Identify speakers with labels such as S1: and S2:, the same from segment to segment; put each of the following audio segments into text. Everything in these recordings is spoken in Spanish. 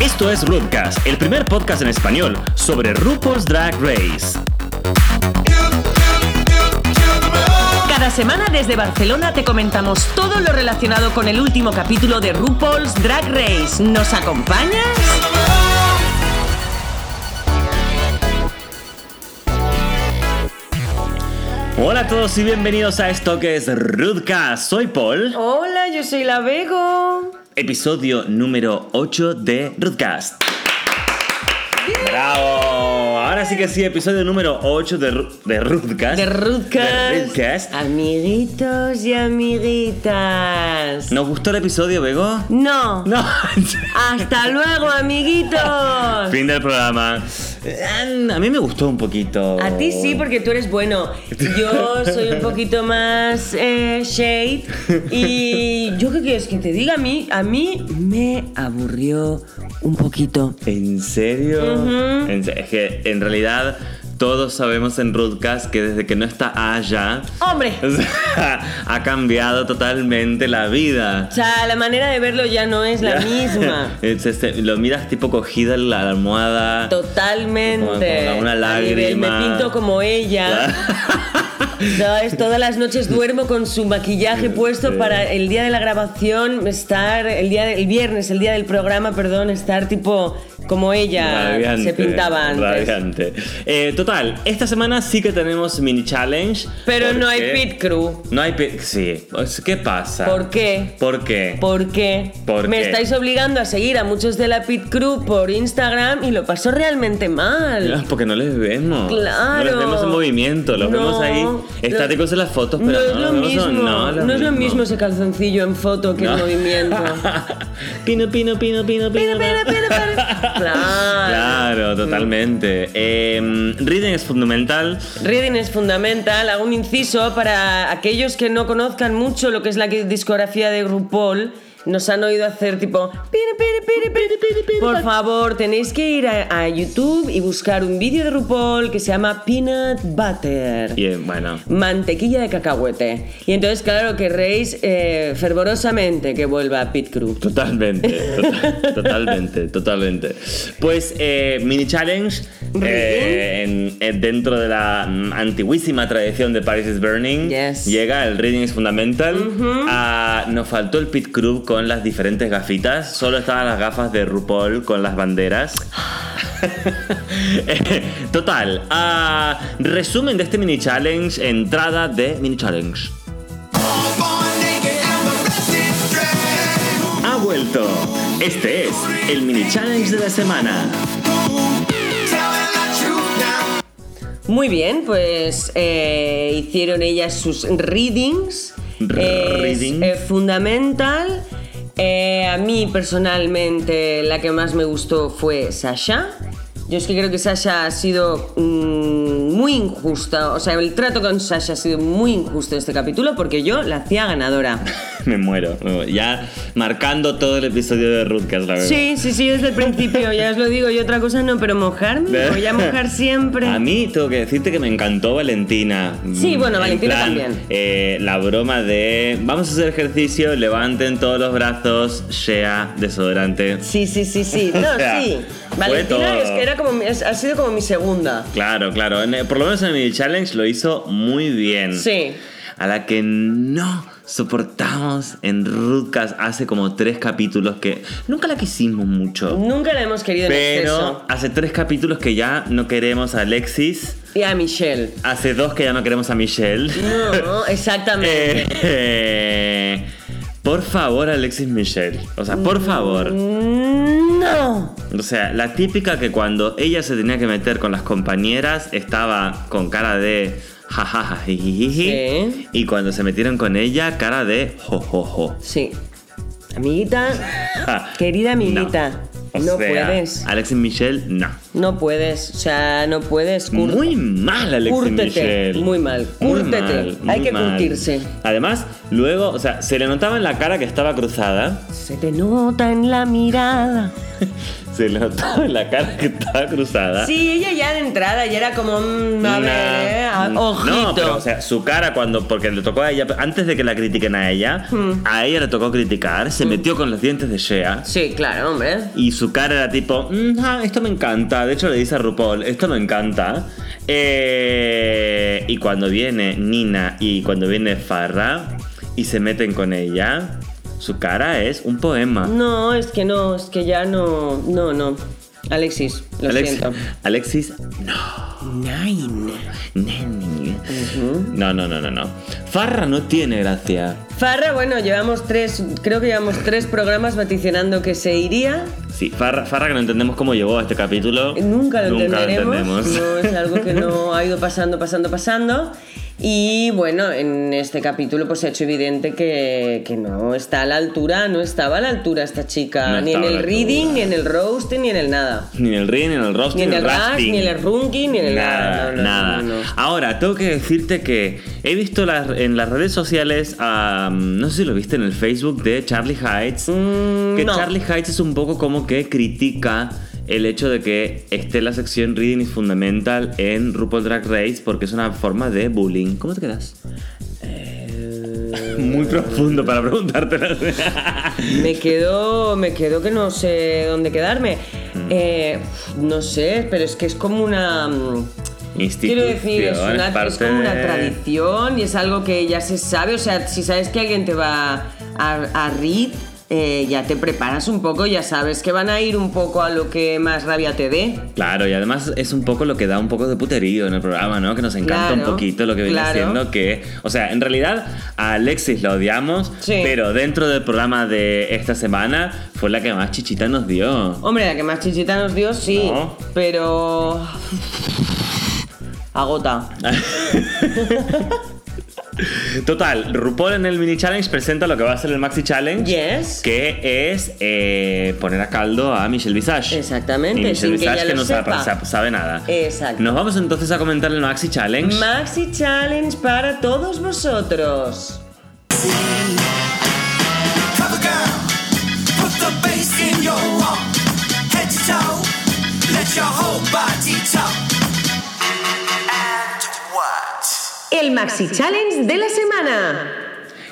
S1: Esto es Rubcast, el primer podcast en español sobre RuPaul's Drag Race.
S2: Cada semana desde Barcelona te comentamos todo lo relacionado con el último capítulo de RuPaul's Drag Race. ¿Nos acompañas?
S1: Hola a todos y bienvenidos a esto que es Rudcast. Soy Paul,
S2: Hola, yo soy la Vego.
S1: episodio número 8 de Rudcast. ¡Bravo! Ahora sí que sí, episodio número 8 de, Ru- de Rudcast.
S2: De
S1: De
S2: Rudcast.
S1: Rudcast.
S2: Amiguitos y amiguitas.
S1: ¿Nos gustó el episodio, Bego?
S2: No.
S1: No.
S2: Hasta luego, amiguitos.
S1: fin del programa. Eh, A mí me gustó un poquito.
S2: A ti sí, porque tú eres bueno. Yo soy un poquito más eh, shade. Y yo qué quieres que te diga a mí. A mí me aburrió un poquito.
S1: ¿En serio?
S2: Ujú.
S1: En se- es que en realidad todos sabemos en Rudcast que desde que no está allá
S2: ¡Hombre!
S1: ha cambiado totalmente la vida.
S2: O sea, la manera de verlo ya no es la misma.
S1: Es este- lo miras tipo cogida en la almohada. Como-
S2: Totalmente.
S1: como una
S2: A nivel,
S1: lágrima.
S2: Me pinto como ella. ¿Sabes? Todas las noches duermo con su maquillaje puesto para el día de la grabación estar, el día del viernes, el día del programa, perdón, estar tipo como ella
S1: Radiante,
S2: se pintaba antes.
S1: Radiante. Eh, total, esta semana sí que tenemos mini challenge.
S2: Pero no hay
S1: porque-
S2: pit crew.
S1: No hay pit. Sí. Pues, ¿Qué pasa?
S2: ¿Por qué?
S1: ¿Por qué?
S2: ¿Por qué?
S1: ¿Por
S2: Me
S1: qué?
S2: estáis obligando a seguir a muchos de la Pit Crew por Instagram y lo paso realmente mal.
S1: Ah, Porque no les vemos.
S2: Claro.
S1: No los vemos en movimiento, los
S2: No.
S1: vemos ahí estáticos en las fotos, pero
S2: no
S1: no,
S2: es lo
S1: los vemos,
S2: mismo.
S1: no,
S2: No es lo mismo ese calzoncillo en foto que
S1: No.
S2: en movimiento.
S1: pino, pino, pino, pino, pino.
S2: Pino, pino, pino, pino. Claro.
S1: Claro, totalmente. Eh, reading es fundamental.
S2: Reading es fundamental. Hago un inciso para aquellos que no conozcan mucho lo que es la discografía de RuPaul. Nos han oído hacer tipo. "Piri, piri, piri, piri, piri, piri". Por favor, tenéis que ir a, a YouTube y buscar un vídeo de RuPaul que se llama Peanut Butter.
S1: Y eh, bueno.
S2: Mantequilla de cacahuete. Y entonces, claro, querréis eh, fervorosamente que vuelva Pit Crew.
S1: Totalmente, total- totalmente, totalmente. Pues eh, mini challenge eh, en- en- dentro de la mm, antiguísima tradición de Paris is Burning.
S2: Yes.
S1: Llega el Reading is Fundamental. Ah, nos faltó el pit crew con las diferentes gafitas. Solo estaban las gafas de RuPaul con las banderas. Eh, Total. ah, resumen de este mini challenge. Entrada de mini challenge. Ha vuelto. Este es el mini challenge de la semana.
S2: Muy bien, pues eh, hicieron ellas sus readings.
S1: Reading.
S2: Es, eh, fundamental. Eh, a mí personalmente la que más me gustó fue Sasha. Yo es que creo que Sasha ha sido mm, muy injusta. O sea, el trato con Sasha ha sido muy injusto este capítulo porque yo la hacía ganadora.
S1: Me muero, me muero. Ya marcando todo el episodio de Rutgers, la verdad.
S2: Sí, sí, sí, desde el principio, ya os lo digo. Y otra cosa no, pero mojarme, voy a mojar siempre.
S1: A mí tengo que decirte que me encantó Valentina.
S2: Sí,
S1: Mm,
S2: bueno,
S1: en
S2: Valentina
S1: plan,
S2: también.
S1: eh, la broma de vamos a hacer ejercicio, levanten todos los brazos, Shea, desodorante.
S2: Sí, sí, sí, sí. No,
S1: O sea,
S2: sí.
S1: fue todo.
S2: Valentina es que era como mi- es- ha sido como mi segunda.
S1: Claro, claro. En- eh, por lo menos en el challenge lo hizo muy bien.
S2: Sí.
S1: A la que no soportamos en Rutgers hace como tres capítulos que nunca la quisimos mucho.
S2: Nunca la hemos querido en
S1: Pero
S2: exceso.
S1: hace tres capítulos que ya no queremos a Alexis.
S2: Y a Michelle.
S1: Hace dos que ya no queremos a Michelle.
S2: No, exactamente.
S1: Eh, eh, por favor, Alexis Michelle. O sea, por favor.
S2: No.
S1: O sea, la típica que cuando ella se tenía que meter con las compañeras estaba con cara de jajaja.
S2: Sí.
S1: Y cuando se metieron con ella, cara de jojojo.
S2: Sí. Amiguita, querida amiguita,
S1: O sea,
S2: no puedes.
S1: Alexis Michelle, no.
S2: no puedes. O sea, no puedes. Cur-
S1: Muy mal, Alexis
S2: Cúrtete.
S1: Michel.
S2: Muy mal.
S1: Muy
S2: Cúrtete.
S1: mal,
S2: Hay
S1: muy
S2: que
S1: mal.
S2: curtirse.
S1: Además, Luego, o sea, se le notaba en la cara que estaba cruzada.
S2: Se te nota en la mirada.
S1: Se le notaba en la cara que estaba cruzada.
S2: Sí, ella ya de entrada, ya era como. mm, a ver, eh, a-
S1: Nah,
S2: ojito.
S1: No, pero o sea, su cara cuando. Porque le tocó a ella. Antes de que la critiquen a ella,
S2: Hmm.
S1: a ella le tocó criticar. Se metió con los dientes de Shea.
S2: Sí, claro, hombre.
S1: Y su cara era tipo, "Mm, ah, esto me encanta. De hecho, le dice a RuPaul, esto me encanta. Eh, y cuando viene Nina y cuando viene Farra y se meten con ella, su cara es un poema.
S2: No, es que no, es que ya no. No, no. Alexis, lo
S1: Alex-
S2: siento.
S1: Alexis,
S2: Nine.
S1: neni. No, no, no, no, no. Farra no tiene gracia.
S2: Farra, bueno, llevamos tres, creo que llevamos tres programas vaticinando que se iría.
S1: Sí, Farra, Farra que no entendemos cómo llegó a este capítulo.
S2: Nunca lo entenderemos.
S1: entendemos.
S2: No es algo que no ha ido pasando, pasando, pasando. Y bueno, en este capítulo pues se ha hecho evidente que, que no está a la altura, no estaba a la altura esta chica,
S1: No
S2: ni en
S1: estaba a
S2: el
S1: la
S2: reading,
S1: altura.
S2: ni en el roasting, ni en el nada.
S1: Ni en el ring, ni en el
S2: Ni
S1: roasting,
S2: en el rash,
S1: rasting.
S2: ni en el runking, ni en el
S1: Nada,
S2: nada. No, no,
S1: nada.
S2: no, no.
S1: Ahora, tengo que decirte que he visto las- en las redes sociales, am, no sé si lo viste en el Facebook de Charlie Heights, que
S2: Mm, no.
S1: Charlie Heights es un poco como que critica el hecho de que esté la sección Reading is Fundamental en RuPaul Drag Race porque es una forma de bullying. ¿Cómo te quedas?
S2: Eh,
S1: Muy profundo para preguntártelo.
S2: Me quedo, me quedo que no sé dónde quedarme.
S1: Mm.
S2: Eh, no sé, pero es que es como una... mm, Quiero decir, es,
S1: Institución,
S2: una-
S1: es
S2: es
S1: parte
S2: como una
S1: de-
S2: tradición y es algo que ya se sabe. O sea, si sabes que alguien te va a, a read, eh, ya te preparas un poco, ya sabes que van a ir un poco a lo que más rabia te dé.
S1: Claro, y además es un poco lo que da un poco de puterío en el programa, ¿no? Que nos encanta
S2: Claro,
S1: un poquito lo que viene
S2: claro.
S1: haciendo que... O sea, en realidad a Alexis la odiamos,
S2: Sí.
S1: pero dentro del programa de esta semana fue la que más chichita nos dio.
S2: Hombre, la que más chichita nos dio, sí,
S1: No.
S2: pero. Agota.
S1: Total, RuPaul en el mini challenge presenta lo que va a ser el maxi challenge.
S2: Yes.
S1: Que es eh, poner a caldo a Michelle Visage.
S2: Exactamente,
S1: Y Michelle
S2: sin que
S1: Visage
S2: ella
S1: que
S2: lo
S1: no sabe,
S2: sepa.
S1: sa- sabe nada.
S2: Exacto.
S1: Nos vamos entonces a comentar el maxi challenge.
S2: Maxi Challenge para todos vosotros.
S3: Cover girl, put the bass in your walk. Head to toe, let your whole body talk. And what?
S2: El Maxi Challenge de la semana.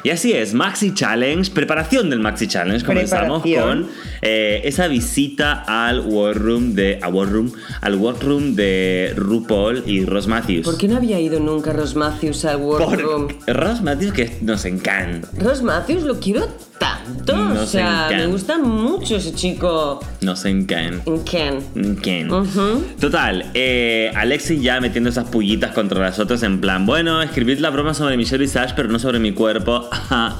S1: Y así es, Maxi Challenge, preparación del Maxi Challenge. Comenzamos
S2: Preparación.
S1: con eh, esa visita al War Room de. A War Room, al War Room de RuPaul y Ross Matthews.
S2: ¿Por qué no había ido nunca Ross Matthews al
S1: Por-
S2: workroom?
S1: Ross Matthews que nos encanta.
S2: Ross Matthews lo quiero tanto. o
S1: Nos
S2: sea,
S1: encanta.
S2: me gusta mucho ese chico
S1: Nos encanta.
S2: en Ken.
S1: Ken.
S2: Ujú.
S1: Total, eh, Alexis ya metiendo esas pullitas contra las otras en plan, bueno, escribid la broma sobre Michelle Visage, pero no sobre mi cuerpo. Ah,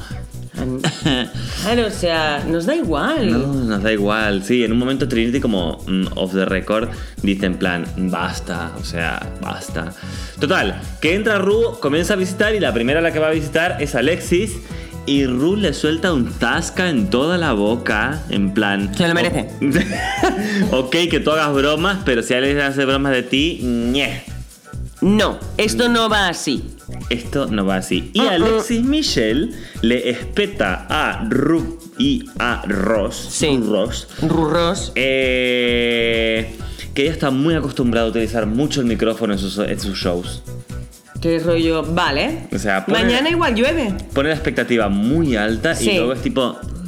S2: Claro, o sea, nos da igual.
S1: No, nos da igual. Sí, en un momento Trinity como mm, off the record dice en plan, basta, o sea, basta. Total, que entra Ru, comienza a visitar y la primera a la que va a visitar es Alexis y Ru le suelta un tasca en toda la boca, en plan...
S2: Se lo merece.
S1: "O- ok, que tú hagas bromas, pero si Alexis hace bromas de ti, ñe.
S2: No, esto no va así.
S1: Esto no va así. Y
S2: Ah, ah.
S1: Alexis Michel le espeta a Ru y a Ross.
S2: Sí.
S1: Ross.
S2: Rurros.
S1: Eh, que ella está muy acostumbrada a utilizar mucho el micrófono en sus, en sus shows.
S2: Qué rollo. Vale.
S1: O sea, pone-
S2: Mañana igual llueve.
S1: Pone la expectativa muy alta
S2: Sí.
S1: y luego es tipo.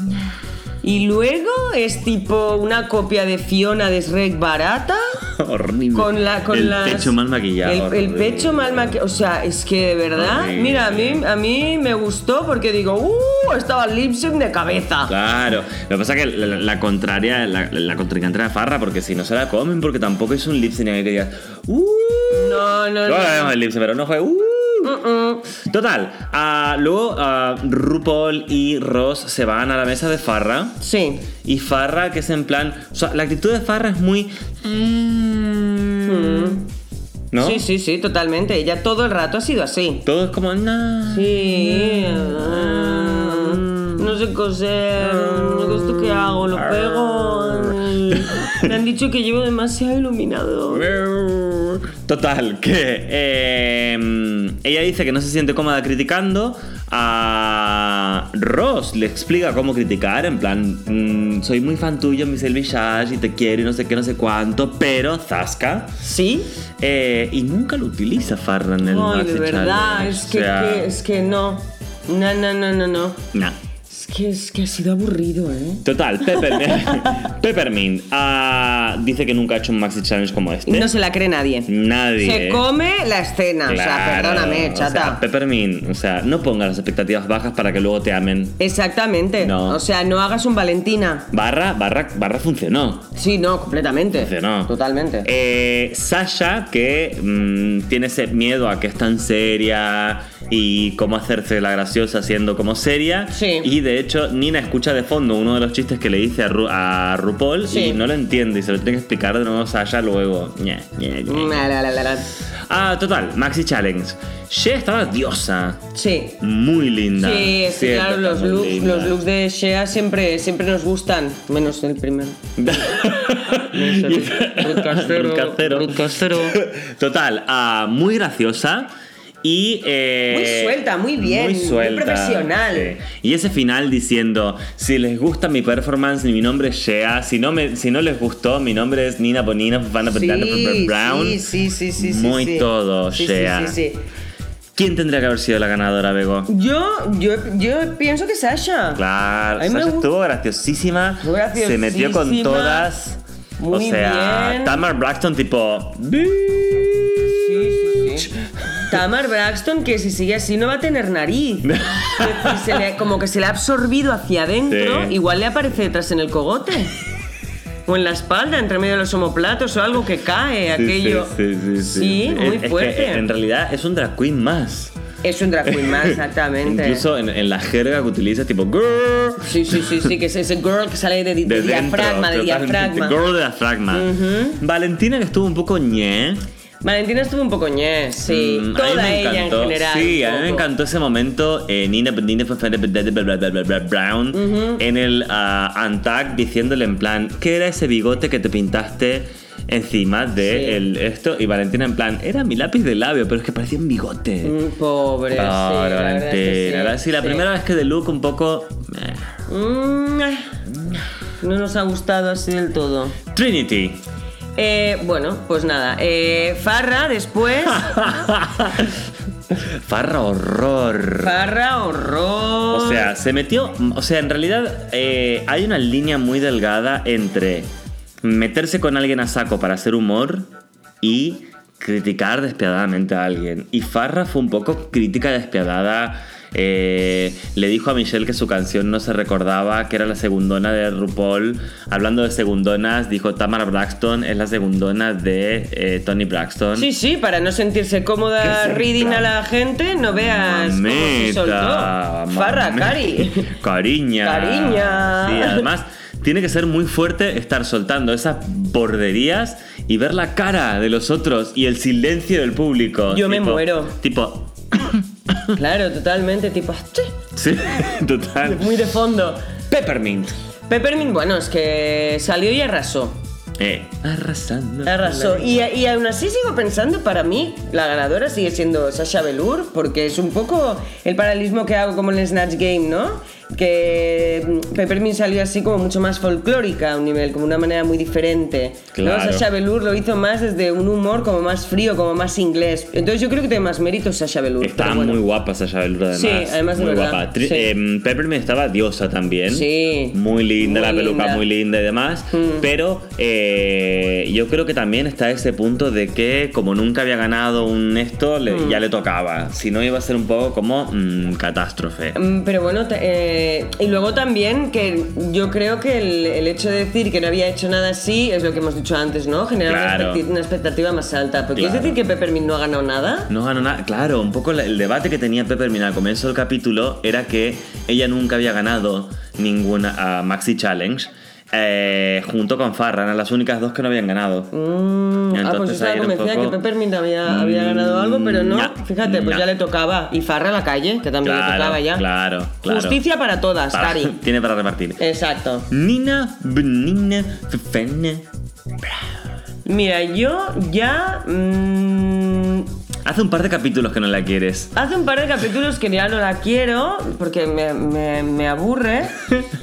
S2: Y luego es tipo una copia de Fiona de Shrek barata.
S1: Horrible.
S2: Con la con
S1: el
S2: las-
S1: pecho mal maquillado.
S2: El, el
S1: horrible.
S2: pecho mal maquillado. O sea, es que de verdad.
S1: Horrible.
S2: Mira, a mí, a mí me gustó porque digo, ¡uh! Estaba lip sync de cabeza.
S1: Claro, lo que pasa es que la, la- la contraria, la, la contrincante era farra, porque si no se la comen, porque tampoco es un lip sync en el que digas, ¡Uh!
S2: No, no, no.
S1: Luego vemos el lip sync, pero no fue, ¡Uh!
S2: Mm-mm.
S1: Total, ah, luego ah, RuPaul y Ross se van a la mesa de farra.
S2: Sí.
S1: Y Farra, que es en plan. O sea, la actitud de Farra es muy. ¿No?
S2: Mm. Sí, sí, sí, totalmente. Ella todo el rato ha sido así.
S1: Todo es como. "Nah".
S2: Sí. ah,
S1: Mm.
S2: No sé coser. ¿Esto qué hago? ¿Lo pego? Me han dicho que llevo demasiado iluminador.
S1: em, Total, que. eh, ella dice que no se siente cómoda criticando a a Ross le explica cómo criticar, en plan, mm, soy muy fan tuyo, Michelle Visage, y te quiero y no sé qué, no sé cuánto, pero Zasca.
S2: ¿Sí?
S1: Eh, y nunca lo utiliza Farran en el
S2: Ay,
S1: Maxi
S2: de verdad,
S1: Challenge,
S2: es
S1: o
S2: que,
S1: sea,
S2: que- es que no. No, no, no, no, no.
S1: nah.
S2: Es que, es que ha sido aburrido, ¿eh?
S1: Total, Peppermint, Peppermint ah, dice que nunca ha hecho un Maxi Challenge como este.
S2: No se la cree nadie.
S1: Nadie.
S2: Se come la escena, o sea,
S1: Claro,
S2: perdóname,
S1: o
S2: chata.
S1: sea, Peppermint, o sea, no pongas las expectativas bajas para que luego te amen.
S2: Exactamente.
S1: No.
S2: O sea, no hagas un Valentina.
S1: Barra, barra, barra funcionó.
S2: Sí, no, completamente.
S1: Funcionó.
S2: Totalmente.
S1: Eh, Sasha, que mm, tiene ese miedo a que es tan seria y cómo hacerse la graciosa siendo como seria.
S2: Sí.
S1: Y de hecho, Nina escucha de fondo uno de los chistes que le dice a, Ru- a RuPaul
S2: Sí.
S1: y no lo entiende y se lo tiene que explicar de nuevo a Sasha luego. Ñe, Ñe, Ñe.
S2: Mm, La, la, la, la, la.
S1: Ah, total, Maxi Challenge. She estaba diosa.
S2: Sí.
S1: Muy linda.
S2: Sí, es que
S1: Siempre
S2: claro, los
S1: está muy
S2: looks,
S1: linda.
S2: los looks de Shea siempre, siempre nos gustan, menos el primero. Ruth Castero,
S1: Ruth Castero.
S2: Ruth Castero.
S1: Total, ah, muy graciosa. Y, eh,
S2: Muy suelta, muy bien, muy profesional.
S1: sí. Y ese final diciendo, si les gusta mi performance, mi nombre es Shea, si no, me, si no les gustó, mi nombre es Nina Bonina, Fana Petana, Pepper Brown.
S2: sí, sí, sí, sí, sí,
S1: Muy
S2: sí.
S1: todo,
S2: Sí, sí,
S1: Shea.
S2: sí, sí.
S1: ¿Quién tendría que haber sido la ganadora, Bego?
S2: Yo, yo, yo pienso que Sasha.
S1: Claro,
S2: A mí me
S1: Sasha
S2: gu-
S1: estuvo graciosísima,
S2: Estuvo graciosísima.
S1: se metió con todas.
S2: Muy
S1: o sea,
S2: bien.
S1: Tamar Braxton tipo...
S2: Sí, sí, sí. Tamar Braxton, que si sigue así no va a tener nariz. Es decir, se le- como que se le ha absorbido hacia adentro,
S1: Sí.
S2: igual le aparece detrás en el cogote. O en la espalda, entre medio de los omoplatos, o algo que cae,
S1: Sí,
S2: aquello.
S1: Sí, sí, sí, sí, sí.
S2: muy
S1: Es- es que,
S2: fuerte.
S1: en realidad es un drag queen más.
S2: Es un drag queen más, exactamente.
S1: Incluso en, en la jerga que utiliza, tipo girl.
S2: Sí, sí, sí, sí, que es ese girl que sale de, di-
S1: De
S2: de
S1: dentro,
S2: diafragma, de
S1: totalmente,
S2: diafragma.
S1: Girl de diafragma. Valentina que estuvo un poco ñe.
S2: Valentina estuvo un poco ñe, sí.
S1: Mm, a mí
S2: Toda
S1: me
S2: ella
S1: encantó.
S2: en general.
S1: Sí, a
S2: un
S1: mí me
S2: poco.
S1: encantó ese momento. eh, Nina Nina fue- fue- bla, bla, bla, bla, bla, Brown en el ah, Antac diciéndole en plan, ¿qué era ese bigote que te pintaste? Encima de
S2: Sí.
S1: el- esto, y Valentina en plan, era mi lápiz de labio, pero es que parecía un bigote.
S2: Mm, Pobre, sí, la
S1: Claro,
S2: verdad es que
S1: Valentina. La- Sí, la
S2: sí.
S1: primera vez que de look un poco. eh.
S2: Mm, eh. No nos ha gustado así del todo.
S1: Trinity.
S2: Eh, bueno, pues nada. eh, farra después.
S1: Farra horror.
S2: farra horror.
S1: O sea, se metió. O sea, en realidad eh, hay una línea muy delgada entre meterse con alguien a saco para hacer humor y criticar despiadadamente a alguien. Y Farra fue un poco crítica despiadada. eh, le dijo a Michelle que su canción no se recordaba, que era la segundona de RuPaul. Hablando de segundonas, dijo Tamara Braxton es la segundona de eh, Tony Braxton.
S2: Sí, sí, para no sentirse cómoda
S1: Que se
S2: reading a
S1: plan-
S2: la gente, no veas cómo se soltó.
S1: Mameta,
S2: Farra,
S1: mameta.
S2: Cari.
S1: Cariña.
S2: Cariña.
S1: Sí, además tiene que ser muy fuerte estar soltando esas borderías y ver la cara de los otros y el silencio del público.
S2: Yo me muero.
S1: Tipo,
S2: Claro, totalmente, tipo, "Che",
S1: sí, total.
S2: muy de fondo.
S1: Peppermint.
S2: Peppermint, bueno, es que salió y arrasó.
S1: Eh, arrasando.
S2: Arrasó. Y, y aún así sigo pensando, para mí, la ganadora sigue siendo Sasha Velour, porque es un poco el paralismo que hago como en el Snatch Game, ¿no? Que mm, Peppermint salió así como mucho más folclórica a un nivel, como una manera muy diferente. ¿no?
S1: Claro.
S2: Sasha Velour lo hizo más desde un humor como más frío, como más inglés. Entonces yo creo que tiene más mérito Sasha Velour.
S1: Está
S2: pero bueno.
S1: muy guapa Sasha Velour además.
S2: Sí, además de
S1: muy
S2: verdad,
S1: guapa. Tri-
S2: sí.
S1: em, Peppermint estaba diosa también.
S2: Sí.
S1: Muy linda,
S2: Muy
S1: la peluca
S2: linda. Mm.
S1: muy linda y demás. Pero eh, yo creo que también está ese punto de que como nunca había ganado un esto, le-
S2: Mm.
S1: ya le tocaba. Si no iba a ser un poco como mm, catástrofe.
S2: Mm, Pero bueno, ta- eh, y luego también que yo creo que el, el hecho de decir que no había hecho nada así es lo que hemos dicho antes, ¿no? Generar una
S1: Claro.
S2: expecti- una, expectativa más alta. Porque
S1: Claro.
S2: es decir que Peppermint no ha ganado nada.
S1: No ganó nada. Claro, un poco la- el debate que tenía Peppermint al comienzo del capítulo era que ella nunca había ganado ninguna ah, Maxi Challenge. eh, junto con Farran, eran las únicas dos que no habían ganado.
S2: ah, pues yo
S1: Entonces,
S2: estaba
S1: ahí era un
S2: convencida
S1: poco- Mm,
S2: que Peppermint había, había ganado algo, pero no.
S1: No,
S2: Fíjate, pues
S1: no.
S2: ya le tocaba. Y Farra a la calle, que también le tocaba ya.
S1: Claro, claro.
S2: Justicia para todas,
S1: Para-
S2: Cari.
S1: Tiene para repartir.
S2: Exacto.
S1: Nina, Benina, Fefene.
S2: Mira, yo ya. mm,
S1: Hace un par de capítulos que no la quieres.
S2: Hace un par de capítulos que ya no la quiero porque me, me- me aburre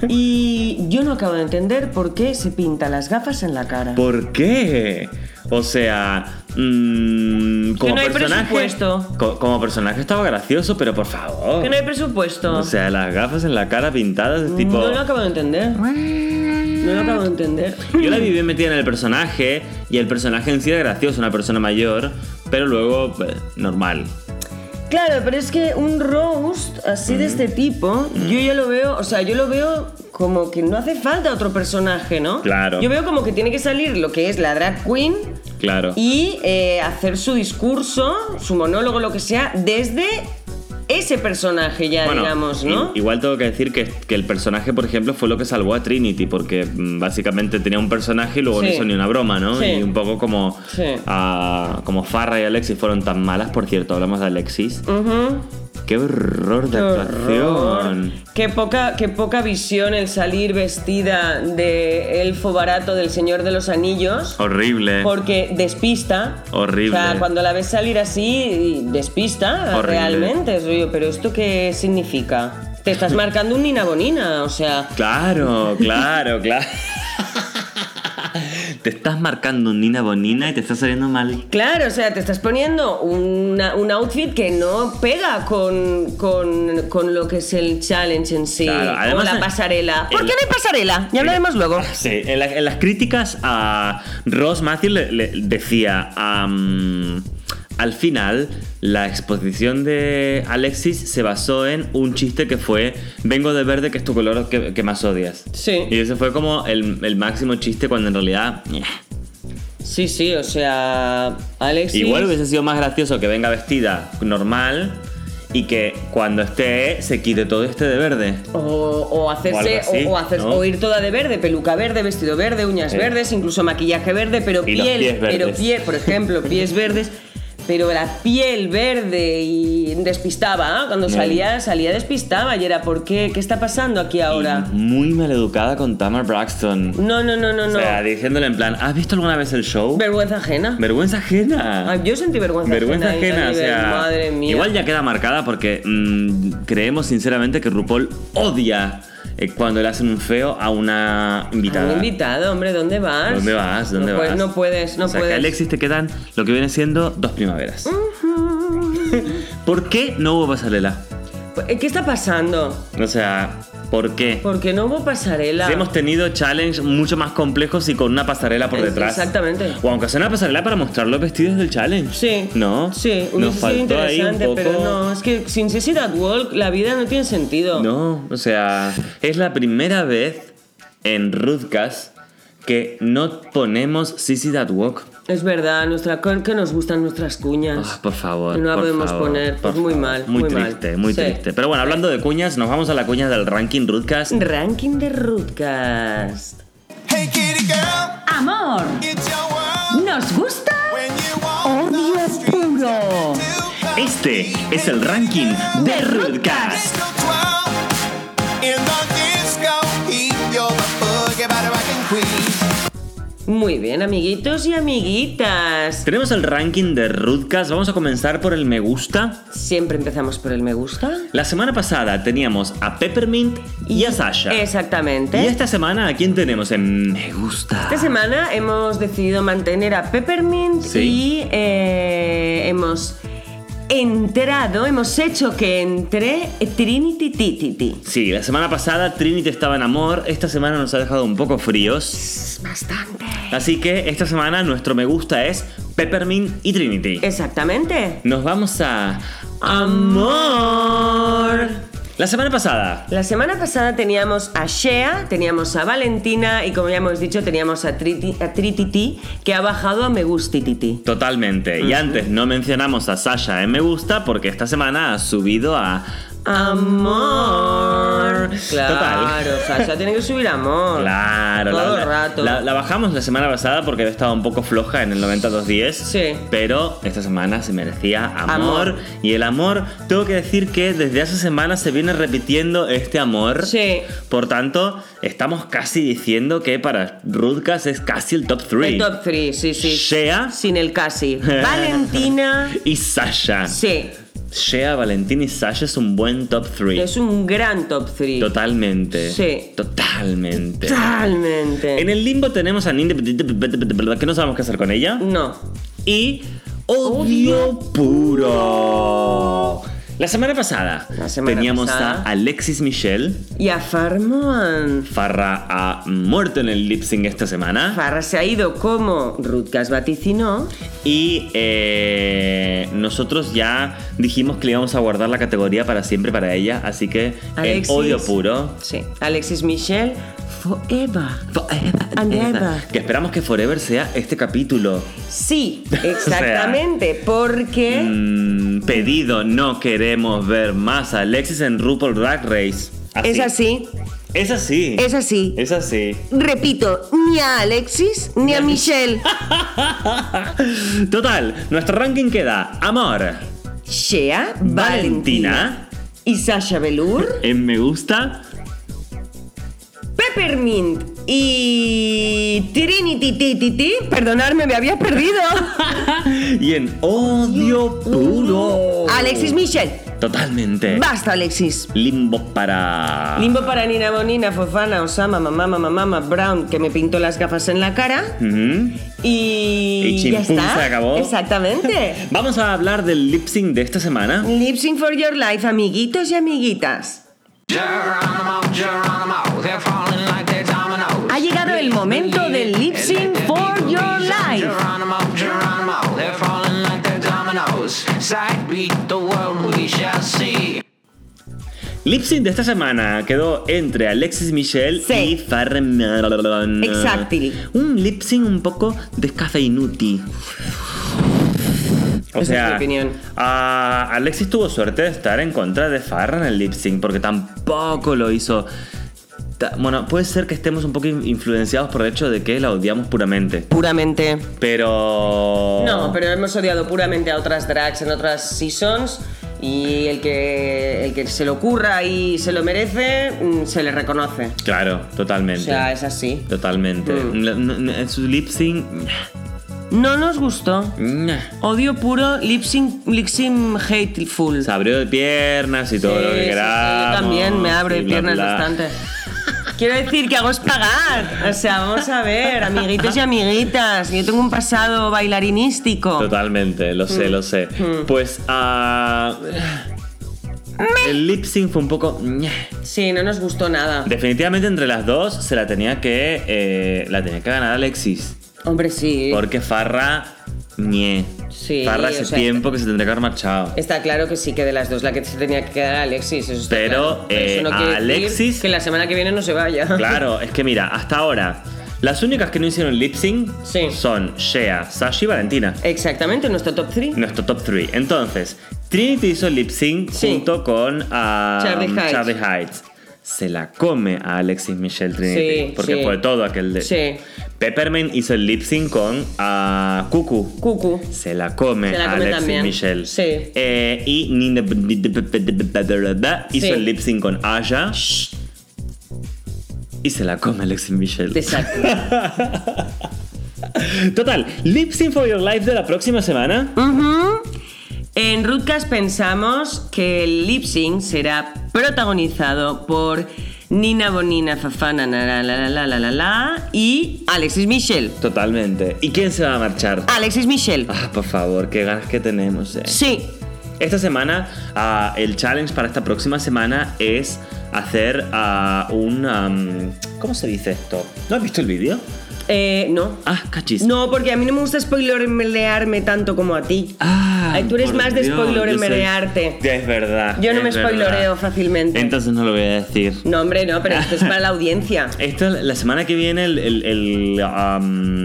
S2: y yo no acabo de entender por qué se pinta las gafas en la cara.
S1: ¿Por qué? O sea, mm, como
S2: no hay
S1: personaje.
S2: presupuesto.
S1: co- como personaje estaba gracioso, pero por favor.
S2: Que no hay presupuesto.
S1: o sea, las gafas en la cara pintadas es tipo.
S2: No lo acabo de entender. No lo acabo de entender.
S1: Yo la vi bien metida en el personaje y el personaje en sí era gracioso, una persona mayor, pero luego eh, normal.
S2: Claro, pero es que un roast así de este tipo, yo ya lo veo, o sea, yo lo veo como que no hace falta otro personaje, ¿no?
S1: Claro.
S2: Yo veo como que tiene que salir lo que es la drag queen
S1: Claro.
S2: y eh, hacer su discurso, su monólogo, lo que sea, desde ese personaje ya,
S1: Bueno,
S2: digamos, ¿no?
S1: i- Igual tengo que decir que, que el personaje, por ejemplo, fue lo que salvó a Trinity, porque mm, básicamente tenía un personaje y luego
S2: Sí.
S1: no hizo ni una broma, ¿no?
S2: Sí.
S1: Y un poco como,
S2: Sí.
S1: ah, como Farrah y Alexis fueron tan malas, por cierto, hablamos de Alexis.
S2: Ujú.
S1: ¡Qué horror de
S2: Qué horror.
S1: actuación!
S2: Qué poca, qué poca visión el salir vestida de elfo barato del Señor de los Anillos.
S1: Horrible.
S2: Porque despista.
S1: Horrible.
S2: O sea, cuando la ves salir así, despista
S1: Horrible.
S2: realmente. Es rollo, pero ¿esto qué significa? Te estás marcando un nina bonina, o sea.
S1: Claro, claro, claro. te estás marcando un Nina Bonina y te está saliendo mal.
S2: Claro, o sea, te estás poniendo una- un outfit que no pega con, con, con lo que es el challenge en sí.
S1: Claro,
S2: o
S1: además,
S2: la pasarela. ¿Por
S1: el-
S2: qué no hay pasarela? Ya hablaremos luego.
S1: Sí, en, la- en las críticas a Ross Matthews le, le decía, am, al final la exposición de Alexis se basó en un chiste que fue, vengo de verde que es tu color que, que más odias.
S2: Sí.
S1: Y ese fue como el, el máximo chiste cuando en realidad... eh.
S2: Sí, sí, o sea, Alexis.
S1: Igual hubiese sido más gracioso que venga vestida normal y que cuando esté se quite todo este de verde.
S2: O, o hacerse,
S1: algo así,
S2: o, o hacer-
S1: ¿no?
S2: o ir toda de verde, peluca verde, vestido verde, uñas
S1: Sí.
S2: verdes, incluso maquillaje verde, pero
S1: Y los
S2: piel,
S1: pies
S2: pero
S1: verdes.
S2: piel, por ejemplo, pies verdes, pero la piel verde y despistaba, ¿ah? cuando
S1: Mm.
S2: salía, salía despistaba y era, ¿por qué? ¿Qué está pasando aquí ahora?
S1: Y muy maleducada con Tamar Braxton.
S2: No, no, no, no,
S1: O
S2: no.
S1: sea, diciéndole en plan, ¿has visto alguna vez el show?
S2: vergüenza ajena.
S1: Vergüenza ajena.
S2: Ay, yo sentí vergüenza,
S1: Vergüenza ajena,
S2: ajena. ahí, a
S1: o
S2: nivel,
S1: sea.
S2: Madre mía.
S1: Igual ya queda marcada porque mm, creemos sinceramente que RuPaul odia eh, cuando le hacen un feo a una invitada.
S2: Un invitado, hombre, ¿dónde vas?
S1: ¿Dónde vas? ¿Dónde
S2: no,
S1: vas?
S2: puedes- no puedes, no
S1: o sea,
S2: puedes.
S1: Que
S2: Mm.
S1: a Alexis te quedan lo que viene siendo dos primaveras. ¿Por qué no hubo pasarela?
S2: Eh, ¿Qué está pasando?
S1: O sea, ¿por qué?
S2: Porque no hubo pasarela.
S1: Si hemos tenido challenges mucho más complejos y con una pasarela por
S2: Es-
S1: detrás.
S2: Eh, exactamente.
S1: O aunque sea una pasarela para mostrar los vestidos del challenge.
S2: Sí.
S1: ¿No?
S2: Sí, hubiese
S1: Nos
S2: sido
S1: faltó
S2: interesante,
S1: ahí un poco...
S2: pero no. Es que sin Sociedad Walk la vida no tiene sentido.
S1: No, o sea, es la primera vez en Rudcast que no ponemos Sissy That Walk.
S2: Es verdad, nuestra, que nos gustan nuestras cuñas.
S1: Ah, por favor.
S2: No la
S1: por
S2: podemos
S1: favor,
S2: poner,
S1: por
S2: pues muy
S1: favor.
S2: mal.
S1: Muy,
S2: muy mal.
S1: triste, muy
S2: Sí.
S1: triste. Pero bueno, hablando de cuñas, nos vamos a la cuña del ranking Rudcast.
S2: Ranking de Rootcast.
S3: Hey kitty girl,
S4: Amor,
S3: it's your world.
S4: ¿nos gusta?
S3: When you walk the
S4: Odio
S3: streets
S4: puro.
S3: of
S1: Este es el ranking de Rudcast.
S3: Disco twirl. In the disco heat, you're the boogie body rocking queen.
S2: Muy bien, amiguitos y amiguitas.
S1: Tenemos el ranking de Rudcast. Vamos a comenzar por el me gusta.
S2: Siempre empezamos por el me gusta.
S1: La semana pasada teníamos a Peppermint y, a Sasha.
S2: Exactamente.
S1: Y esta semana, ¿a quién tenemos en Me Gusta?
S2: Esta semana hemos decidido mantener a Peppermint
S1: Sí.
S2: y eh, hemos entrado, hemos hecho que entre Trinity Tititi.
S1: Sí, la semana pasada Trinity estaba en amor, esta semana nos ha dejado un poco fríos.
S2: Bastante.
S1: Así que esta semana nuestro me gusta es Peppermint y Trinity.
S2: Exactamente.
S1: Nos vamos a Amor. La semana pasada.
S2: La semana pasada teníamos a Shea, teníamos a Valentina y como ya hemos dicho teníamos a, Triti- a Trititi que ha bajado a Me Gustititi.
S1: Totalmente. Y antes no mencionamos a Sasha en Me Gusta porque esta semana ha subido a
S2: Amor. Claro,
S1: Total.
S2: Sasha tiene que subir amor.
S1: Claro,
S2: Todo
S1: la,
S2: el rato.
S1: La, la bajamos la semana pasada porque había estado un poco floja en el 90-210.
S2: Sí.
S1: Pero esta semana se merecía amor,
S2: Amor.
S1: Y el amor, tengo que decir que desde hace semanas se viene repitiendo este amor.
S2: Sí.
S1: Por tanto, estamos casi diciendo que para Rudcas es casi el top 3.
S2: El top 3, sí, sí.
S1: Shea
S2: Sin el casi. Valentina.
S1: y Sasha.
S2: Sí.
S1: Shea, Valentín y Sasha es un buen top 3.
S2: Es un gran top 3.
S1: Totalmente.
S2: Sí.
S1: Totalmente.
S2: Totalmente.
S1: En el limbo tenemos a Ninde que no sabemos qué hacer con ella.
S2: No.
S1: Y odio puro. La semana pasada
S2: La semana
S1: teníamos
S2: pasada.
S1: a Alexis Michel.
S2: Y a Farman.
S1: Farra ha muerto en el lip sync esta semana.
S2: Farra se ha ido como Rutgas vaticinó.
S1: Y eh, nosotros ya dijimos que le íbamos a guardar la categoría para siempre para ella. Así que
S2: Alexis.
S1: en odio puro.
S2: Sí. Alexis Michel. Forever. And ever.
S1: Que esperamos que Forever sea este capítulo.
S2: Sí, exactamente. porque.
S1: Mm, pedido, no queremos ver más a Alexis en RuPaul Drag Race.
S4: Es así,
S1: Es así.
S4: es así.
S1: Es así.
S4: Repito, ni a Alexis ni a Michelle.
S1: Total, nuestro ranking queda Amor,
S2: Shea.
S1: Valentina,
S2: Y Sasha Velour.
S1: en Me Gusta,
S2: Peppermint. Y. Trinity Tititi. Perdonadme, me había perdido.
S1: y en Odio Puro.
S4: Alexis Michelle.
S1: Totalmente.
S4: Basta, Alexis.
S1: Limbo para...
S2: Limbo para Nina Bonina, Fofana, Osama, mamá, mamá, mamá, Brown, que me pintó las gafas en la cara.
S1: Ujú.
S2: Y.
S1: Mm. Y chimpum,
S2: ya está.
S1: se acabó.
S2: Exactamente.
S1: Vamos a hablar del lip sync de esta semana.
S2: Lip Sync for Your Life, amiguitos y amiguitas.
S5: Geronimo, Geronimo, they're falling like they're dominoes.
S2: Ha llegado el momento del Lip Sync for Your Life.
S5: Geronimo, Geronimo, they're falling like they're dominoes. Side beat the world we shall see.
S1: Lip sync de esta semana quedó entre Alexis Michelle
S2: Sí.
S1: y Farren.
S2: Exactly.
S1: Un lip sync un poco descafeinuti. O
S2: Esa es
S1: sea,
S2: mi opinión.
S1: a- Alexis tuvo suerte de estar en contra de Farren en el lip sync porque tampoco lo hizo. ta- Bueno, puede ser que estemos un poco in- influenciados por el hecho de que la odiamos puramente.
S2: Puramente.
S1: Pero.
S2: No, pero hemos odiado puramente a otras drags en otras seasons. Y el que, el que se le ocurra y se lo merece, mm, se le reconoce.
S1: Claro, totalmente.
S2: O sea, es así.
S1: Totalmente.
S2: Mm.
S1: No- no- no, Su lip sync.
S2: No nos gustó.
S1: nah.
S2: Odio puro, lip sync, lip sync hateful.
S1: Se abrió de piernas y todo
S2: Sí,
S1: lo
S2: sí,
S1: que
S2: sí,
S1: queramos.
S2: yo también me abro
S1: y
S2: de
S1: bla,
S2: piernas
S1: bla.
S2: bastante. Quiero decir que hago es pagar. O sea, vamos a ver, amiguitos y amiguitas. Yo tengo un pasado bailarinístico.
S1: Totalmente, lo
S2: Mm.
S1: sé, lo sé. Pues ah, el lip sync fue un poco. ñe.
S2: Sí, no nos gustó nada.
S1: Definitivamente entre las dos se la tenía que. eh, la tenía que ganar Alexis.
S2: Hombre, sí.
S1: Porque Farra. ñe.
S2: Sí,
S1: Farra
S2: o
S1: hace
S2: sea,
S1: tiempo que se tendría que haber marchado.
S2: Está claro que sí, que de las dos la que se tenía que quedar era Alexis. Eso está
S1: Pero,
S2: claro.
S1: eh,
S2: eso no quiere
S1: a
S2: decir
S1: Alexis-
S2: que la semana que viene no se vaya.
S1: Claro, es que mira, hasta ahora. Las únicas que no hicieron lip sync
S2: Sí.
S1: son Shea, Sasha y Valentina.
S2: Exactamente, nuestro top 3.
S1: nuestro top 3. Entonces, Trinity hizo lip sync
S2: Sí.
S1: junto con ah,
S2: Charlie Heights.
S1: Charlie Heights. Se la come a Alexis Michelle Trinity.
S2: Sí,
S1: porque
S2: sí.
S1: fue todo aquel de.
S2: Sí.
S1: Peppermint hizo el lip sync con a Cucu.
S2: Cucu.
S1: Se la come,
S2: Se la
S1: a
S2: come
S1: Alexis
S2: también.
S1: Michelle.
S2: Sí.
S1: Eh, y Nina hizo
S2: Sí.
S1: el lip sync con Aja. Y se la come Alexis Michelle.
S2: Exacto.
S1: Total, lip sync for your life de la próxima semana.
S2: Mm. En Rutcast pensamos que el lip sync será protagonizado por Nina Bonina, Fafana, na, la, la, la, la, la, la, y Alexis Michel.
S1: Totalmente. ¿Y quién se va a marchar?
S2: Alexis Michel.
S1: Ah, por favor, qué ganas que tenemos. eh.
S2: Sí.
S1: Esta semana, ah, el challenge para esta próxima semana es hacer ah, un... am, ¿Cómo se dice esto? ¿No has visto el vídeo?
S2: Eh, no.
S1: Ah, cachis.
S2: No, porque a mí no me gusta spoilearme tanto como a ti.
S1: Ah,
S2: Ay, tú eres
S1: por
S2: más de
S1: Dios, yo
S2: spoilearmerearte.
S1: soy- Es verdad.
S2: Yo no
S1: es
S2: me spoiloreo
S1: verdad.
S2: fácilmente.
S1: Entonces no lo voy a decir.
S2: No, hombre, no, pero esto es para la audiencia.
S1: Esto, la semana que viene, el... el- el, am,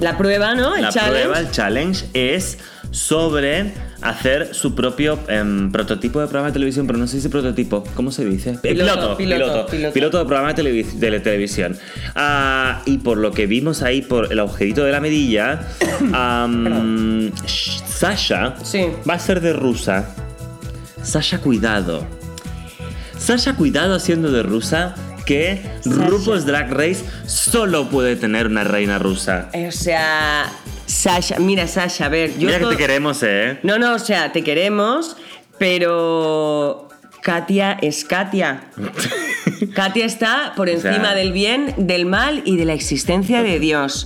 S2: La prueba, ¿no? El
S1: la
S2: challenge.
S1: prueba, el challenge es sobre hacer su propio em, prototipo de programa de televisión, pero no se dice prototipo, ¿cómo se dice? Eh, piloto,
S2: Piloto, piloto,
S1: piloto,
S2: piloto.
S1: piloto de programa de, televis- de televisión. Ah, y por lo que vimos ahí, por el agujerito de la medilla, am, Sh- Sasha
S2: Sí.
S1: va a ser de rusa. Sasha, cuidado. Sasha, cuidado haciendo de rusa que RuPaul's Drag Race solo puede tener una reina rusa.
S2: Eh, O sea, Sasha, mira Sasha, a ver, yo
S1: Mira que
S2: todo-
S1: te queremos, ¿eh?
S2: No, no, o sea, te queremos, pero Katia es Katia. Katia está por
S1: sea-
S2: encima del bien, del mal y de la existencia de Dios.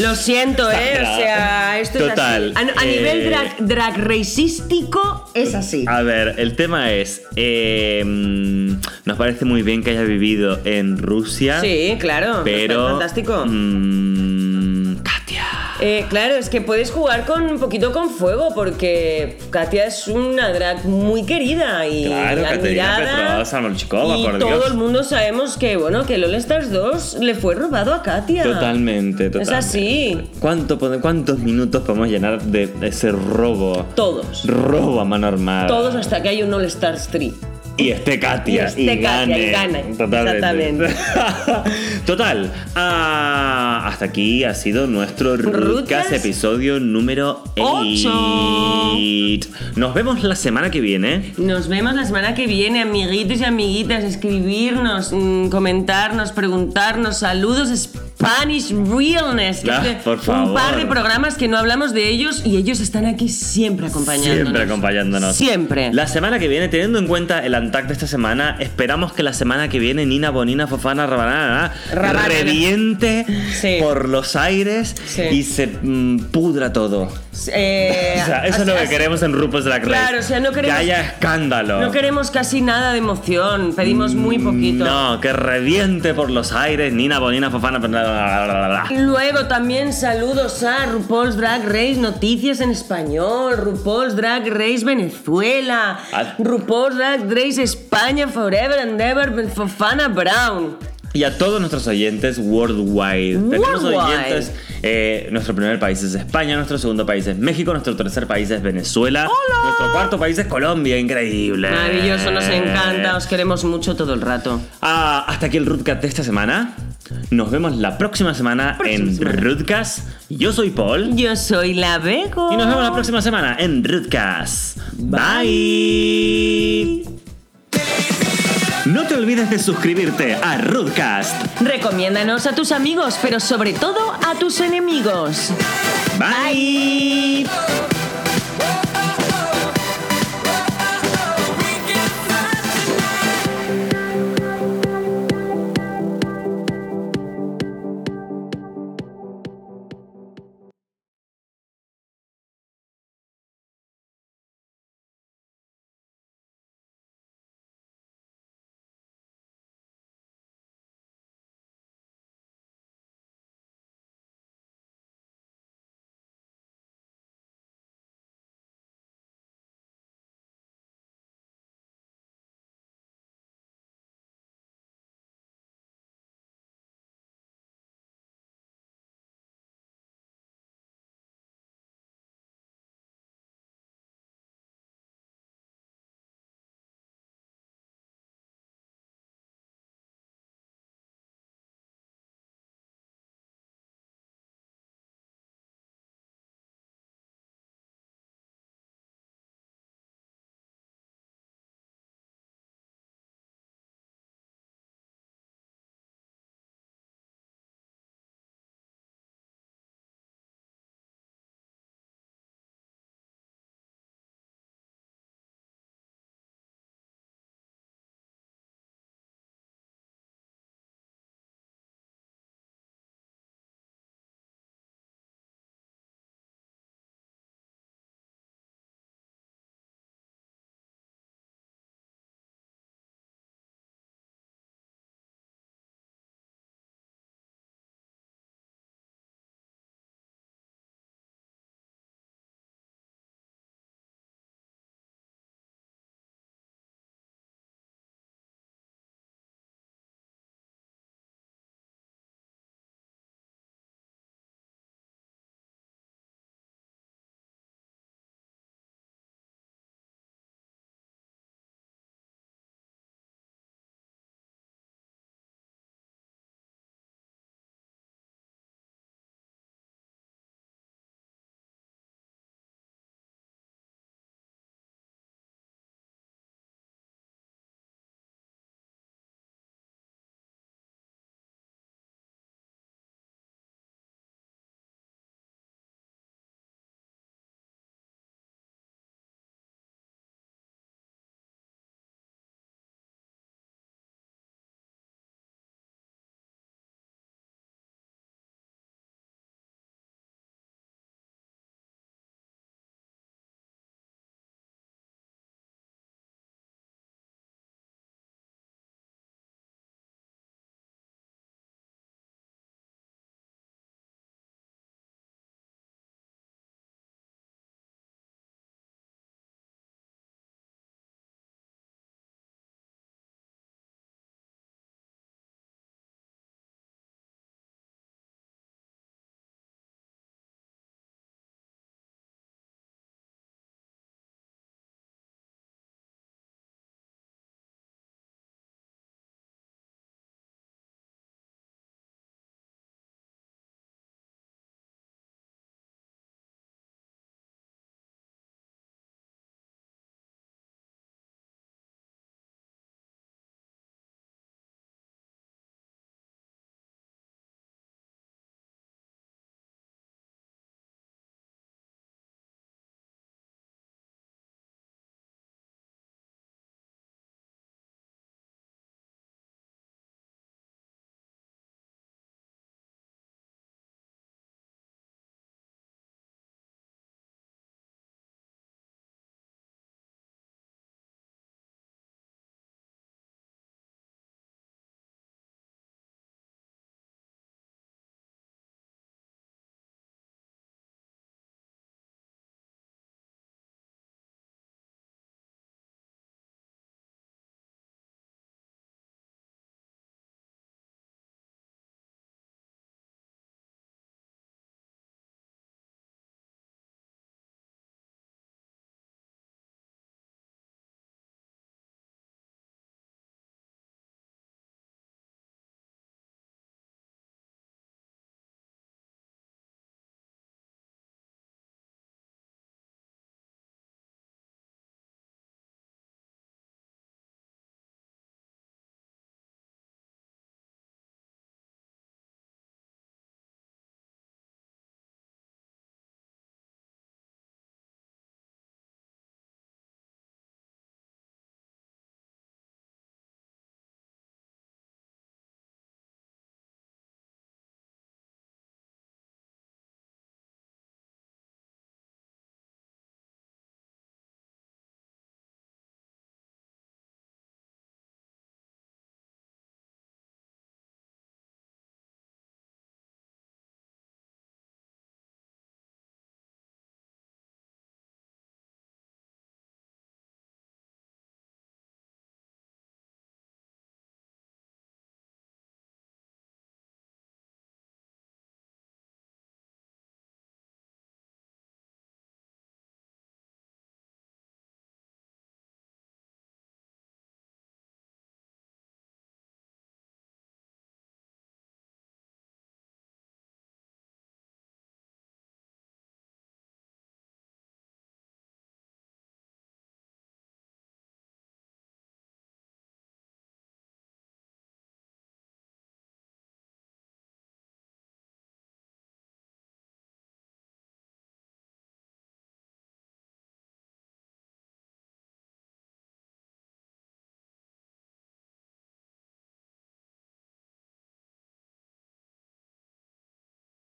S2: Lo siento, ¿eh? O sea, esto
S1: Total,
S2: es así. A, a
S1: eh,
S2: nivel drag, drag raceístico es así.
S1: A ver, el tema es, eh, mm, nos parece muy bien que haya vivido en Rusia,
S2: Sí, claro.
S1: pero...
S2: está fantástico.
S1: mm, Katia.
S2: Eh, claro, es que puedes jugar con un poquito con fuego porque Katia es una drag muy querida y
S1: Claro, Katerina
S2: admirada.
S1: Petrova Samolchikova,
S2: y
S1: por
S2: todo
S1: Dios.
S2: el mundo sabemos que bueno que LoL Stars 2 le fue robado a Katia.
S1: Totalmente, totalmente.
S2: Es así.
S1: ¿Cuánto, pode- ¿Cuántos minutos podemos llenar de ese robo?
S2: Todos.
S1: Robo a mano armada.
S2: Todos hasta que hay un All Stars 3.
S1: Y esté Katia.
S2: Y esté Katia y
S1: gane.
S2: gane.
S1: Totalmente. Total. ah, hasta aquí ha sido nuestro Rutcast
S2: Rutcast
S1: episodio número
S2: Ocho.
S1: 8. Nos vemos la semana que viene.
S2: Nos vemos la semana que viene, amiguitos y amiguitas. Escribirnos, mm, comentarnos, preguntarnos. Saludos, Spanish Realness. que
S1: Ah,
S2: hace
S1: por favor.
S2: Un par de programas que no hablamos de ellos y ellos están aquí siempre acompañándonos.
S1: Siempre acompañándonos.
S2: Siempre.
S1: La semana que viene, teniendo en cuenta el Antac de esta semana, esperamos que la semana que viene Nina Bonina Fofana Rabanana
S2: Rabanana.
S1: reviente
S2: Sí.
S1: por los aires
S2: Sí.
S1: y se mm, pudra todo.
S2: Eh,
S1: o sea, eso es lo
S2: así-
S1: que queremos en RuPaul's Drag Race.
S2: Claro, o sea, no queremos-
S1: Que haya escándalo.
S2: No queremos casi nada de emoción. Pedimos muy poquito.
S1: No, que reviente por los aires Nina Bonina Fofana. bla, bla, bla, bla, bla.
S2: Luego también saludos a RuPaul's Drag Race Noticias en Español, RuPaul's Drag Race Venezuela,
S1: Ah.
S2: RuPaul's Drag Race España Forever and Ever with Fofana Brown.
S1: Y a todos nuestros oyentes worldwide. Tenemos
S2: Worldwide.
S1: oyentes. eh, nuestro primer país es España, nuestro segundo país es México, nuestro tercer país es Venezuela. Nuestro cuarto país es Colombia, increíble.
S2: Maravilloso, nos encanta, os queremos mucho todo el rato.
S1: Ah, hasta aquí el Rootcast de esta semana. Nos vemos la próxima semana
S2: Próxima
S1: en
S2: semana.
S1: Rootcast. Yo soy Paul.
S2: Yo soy la Bego.
S1: Y nos vemos la próxima semana en Rootcast. Bye. No te olvides de suscribirte a Rootcast.
S2: Recomiéndanos a tus amigos, pero sobre todo a tus enemigos.
S1: Bye.